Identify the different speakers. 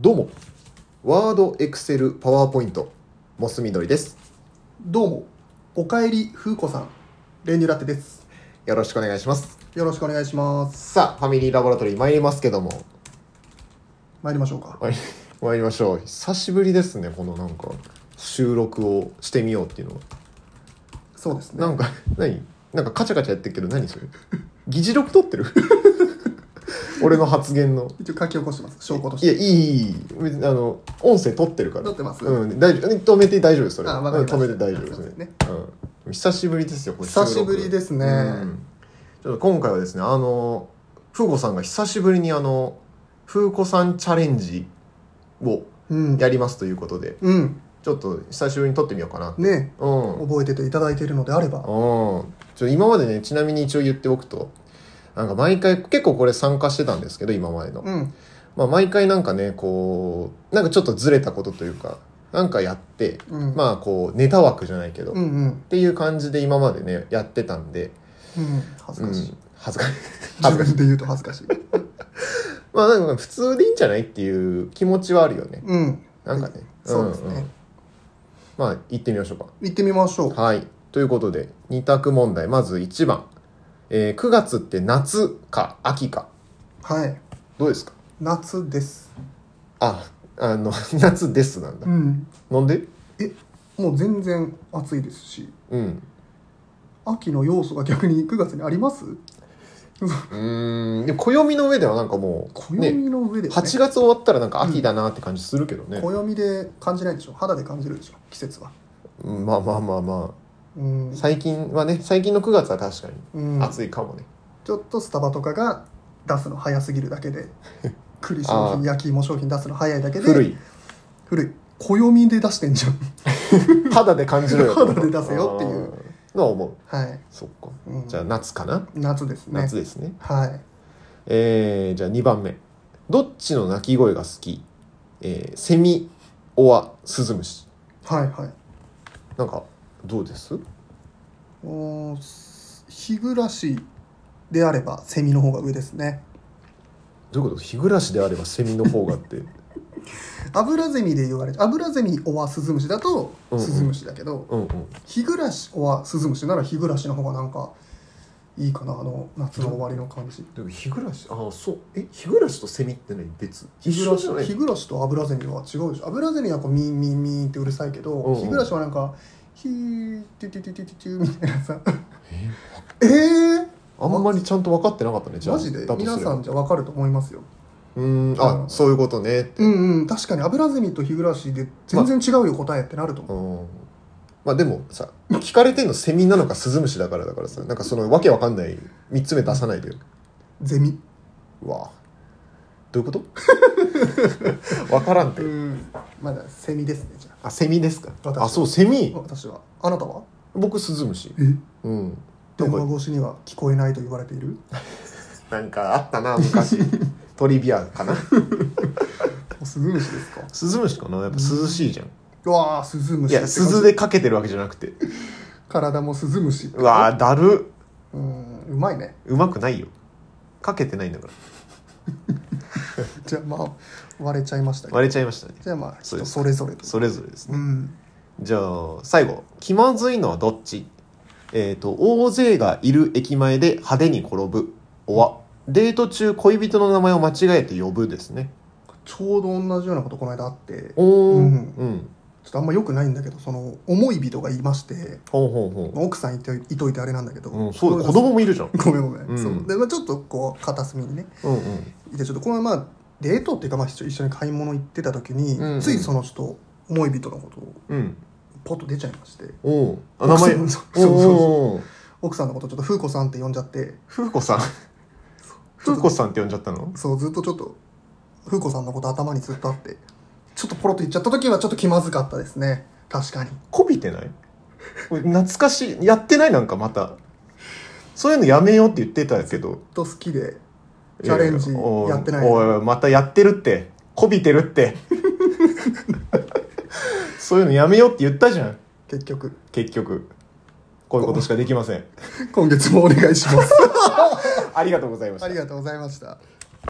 Speaker 1: どうも、ワード、エクセル、パワーポイント、モスみどりです。
Speaker 2: どうも、おかえりふうこさん、練乳ラテです。
Speaker 1: よろしくお願いします。
Speaker 2: よろしくお願いします。
Speaker 1: さあ、ファミリーラボラトリー参りますけども、
Speaker 2: 参りましょうか。
Speaker 1: 参り参りましょう。久しぶりですね、このなんか、収録をしてみようっていうのは。
Speaker 2: そうですね。
Speaker 1: なんか、何なんかカチャカチャやってるけど、何それ議事録取ってる 俺の発言の。
Speaker 2: 一応書き起こしてます、証拠とし
Speaker 1: いや、
Speaker 2: て。
Speaker 1: いい、いい、別にあの、音声取ってるから。
Speaker 2: 撮ってます
Speaker 1: うん、大丈夫。止めて大丈夫です、それ。
Speaker 2: あわかりました
Speaker 1: うん止めて大丈夫ですね
Speaker 2: そうですね。
Speaker 1: うん。久しぶりですよ、これ
Speaker 2: 久しぶりですね
Speaker 1: うんちょっと今回はですね、あの、風子さんが久しぶりにあの、風子さんチャレンジを
Speaker 2: うん。
Speaker 1: やりますということで、
Speaker 2: うん。
Speaker 1: ちょっと久しぶりに撮ってみようかな。
Speaker 2: ね
Speaker 1: うん。うん。
Speaker 2: 覚えてていただいているのであれば。
Speaker 1: ちょ今までね、ちなみに一応言っておくと、なんか毎回結構これ参加してたんですけど、今までの。
Speaker 2: うん。
Speaker 1: まあ、毎回なんかねこうなんかちょっとずれたことというかなんかやって、
Speaker 2: うん。
Speaker 1: まあこうネタ枠じゃないけど、
Speaker 2: う
Speaker 1: っ
Speaker 2: んうん。
Speaker 1: ていう感じで今までねやってたんで、
Speaker 2: うん。恥ず
Speaker 1: うん
Speaker 2: かしい。、
Speaker 1: 恥ずかしい恥ず
Speaker 2: 自
Speaker 1: かしい
Speaker 2: 分で言うと 恥ずかしい。
Speaker 1: まあなんか普通でいいんじゃないっていう気持ちはあるよね
Speaker 2: うん。
Speaker 1: なんかね、
Speaker 2: そうですね
Speaker 1: んんまあ行ってみましょうか
Speaker 2: 行ってみましょう。
Speaker 1: はい。ということで、二択問題。まず1番。えー、9月って夏か秋か。
Speaker 2: はい。
Speaker 1: どうですか
Speaker 2: 夏です。
Speaker 1: あ、あの、 夏ですなんだ
Speaker 2: う。ん。
Speaker 1: なんで
Speaker 2: もう全然暑いですし、
Speaker 1: うん。
Speaker 2: 秋の要素が逆に9月にあります
Speaker 1: うーんでも暦の上ではなんかもう、
Speaker 2: 暦
Speaker 1: ね、
Speaker 2: の上で、ね。
Speaker 1: 8月終わったらなんか秋だなって感じするけどね、
Speaker 2: 暦で感じないでしょ肌で感じるでしょ季節は。
Speaker 1: うんまあまあまあま
Speaker 2: うん
Speaker 1: あ。最近はね最近の9月は確か
Speaker 2: うん
Speaker 1: に暑いかもね、
Speaker 2: ちょっとスタバとかが出すの早すぎるだけ で栗商品焼き芋商品出すの早いだけで
Speaker 1: 古い
Speaker 2: 古い暦で出してんじゃん
Speaker 1: 肌で感じろよ
Speaker 2: 肌で出せよっていう
Speaker 1: あーのは思う
Speaker 2: はい、
Speaker 1: そっか
Speaker 2: うん、
Speaker 1: じゃあ夏かな、
Speaker 2: 夏ですね
Speaker 1: 夏ですね
Speaker 2: はい
Speaker 1: えー、じゃあ2番目どっちの鳴き声が好き、えー、セミオアスズムシ
Speaker 2: はいはい
Speaker 1: なんかどうです
Speaker 2: おーす日暮らしであればセミの方が上ですね
Speaker 1: どういうこと日暮らしであればセミの方がって
Speaker 2: アブラゼミで言われてアブラゼミオアスズムシだと
Speaker 1: うんうん
Speaker 2: スズムシだけど、
Speaker 1: うんうん
Speaker 2: 日暮らしオアスズムシなら日暮らしの方がなんかいいかなあの夏の終わりの感じ
Speaker 1: でも日暮らしああそうえ日暮らしとセミって何別
Speaker 2: 日暮らし
Speaker 1: 一緒じゃない
Speaker 2: 日暮らしとアブラゼミは違うでしょアブラゼミはこうミンミンミンってうるさいけど、
Speaker 1: うんうん
Speaker 2: 日暮らしはなんかヒーティティティティティティみたいなさ
Speaker 1: え
Speaker 2: えー、
Speaker 1: あんまりちゃんと分かってなかったねじゃあ
Speaker 2: マジで
Speaker 1: だとすれば
Speaker 2: 皆さんじゃ分かると思いますよ
Speaker 1: うーんあそういうことねって
Speaker 2: うんうん確かにアブラゼミと日暮らしで全然違うよ、答えってなると思う
Speaker 1: うんまあでもさ聞かれてんのセミなのかスズムシだからだからさなんかそのわけわかんない3つ目出さないでよ
Speaker 2: ゼミ
Speaker 1: うわどういうこと わからんて
Speaker 2: んまだセミですねじゃあ
Speaker 1: あセミですか
Speaker 2: 私
Speaker 1: あそうセミ
Speaker 2: 私はあなたは
Speaker 1: 僕スズムシ
Speaker 2: え
Speaker 1: うんなん
Speaker 2: 電
Speaker 1: か
Speaker 2: 話越しには聞こえないと言われている
Speaker 1: なんかあったな 昔トリビアかな
Speaker 2: おスズムシですか
Speaker 1: スズムシかなやっぱ涼しいじゃん
Speaker 2: うわースズム
Speaker 1: い
Speaker 2: シ
Speaker 1: や
Speaker 2: って感じ
Speaker 1: 鈴でかけてるわけじゃなくて
Speaker 2: 体もスズムシ
Speaker 1: うわーだる
Speaker 2: うんうまいね
Speaker 1: うまくないよかけてないんだから
Speaker 2: じゃあまあ割れちゃいましたけど
Speaker 1: 割れちゃいましたね
Speaker 2: じゃあまあ
Speaker 1: そうで
Speaker 2: 人
Speaker 1: す
Speaker 2: それぞれと
Speaker 1: それぞれですね
Speaker 2: うん
Speaker 1: じゃあ最後気まずいのはどっちえっ、と大勢がいる駅前で派手に転ぶおわデート中恋人の名前を間違えて呼ぶですね
Speaker 2: ちょうど同じようなことこの間あってちょ
Speaker 1: おーう、
Speaker 2: うんん
Speaker 1: うん、
Speaker 2: っとあんま良くないんだけどその思い人がいまして
Speaker 1: ほうほうほ
Speaker 2: 奥さんいていといてあれなんだけど、
Speaker 1: う、うん、そうだ子
Speaker 2: ごめん
Speaker 1: 供もいるじゃん
Speaker 2: ごめんごめん、
Speaker 1: うん
Speaker 2: そうで、まあ、ちょっとこう片隅にね
Speaker 1: うんうん
Speaker 2: いてちょっとこのままデートっていうかまあ一緒一緒に買い物行ってた時に、
Speaker 1: うんうん
Speaker 2: ついそのちょっと思い人のことを
Speaker 1: うん
Speaker 2: ポッと出ちゃいまして
Speaker 1: おうあ名前
Speaker 2: そ
Speaker 1: お
Speaker 2: うそう
Speaker 1: う
Speaker 2: そうそう
Speaker 1: おうおう
Speaker 2: 奥さんのことちょっと風子さんって呼んじゃって
Speaker 1: 風子さん
Speaker 2: ちょっ
Speaker 1: 風
Speaker 2: と
Speaker 1: 子さんって呼んじゃったの
Speaker 2: そうずっとちょっと風子さんのこと頭にずっとあってちょっとポロッと言っちゃった時はちょっと気まずかったですね確かに
Speaker 1: こびてないこれ懐かしいやってないなんかまたそういうのやめようって言ってたけど
Speaker 2: ずっと好きでチャレンジやってない
Speaker 1: おいおいまたやってるってこびてるってそういうのやめようって言ったじゃん
Speaker 2: 結局
Speaker 1: 結局こういうことしかできません
Speaker 2: 今月もお願いします
Speaker 1: ありがとうございました
Speaker 2: ありがとうございました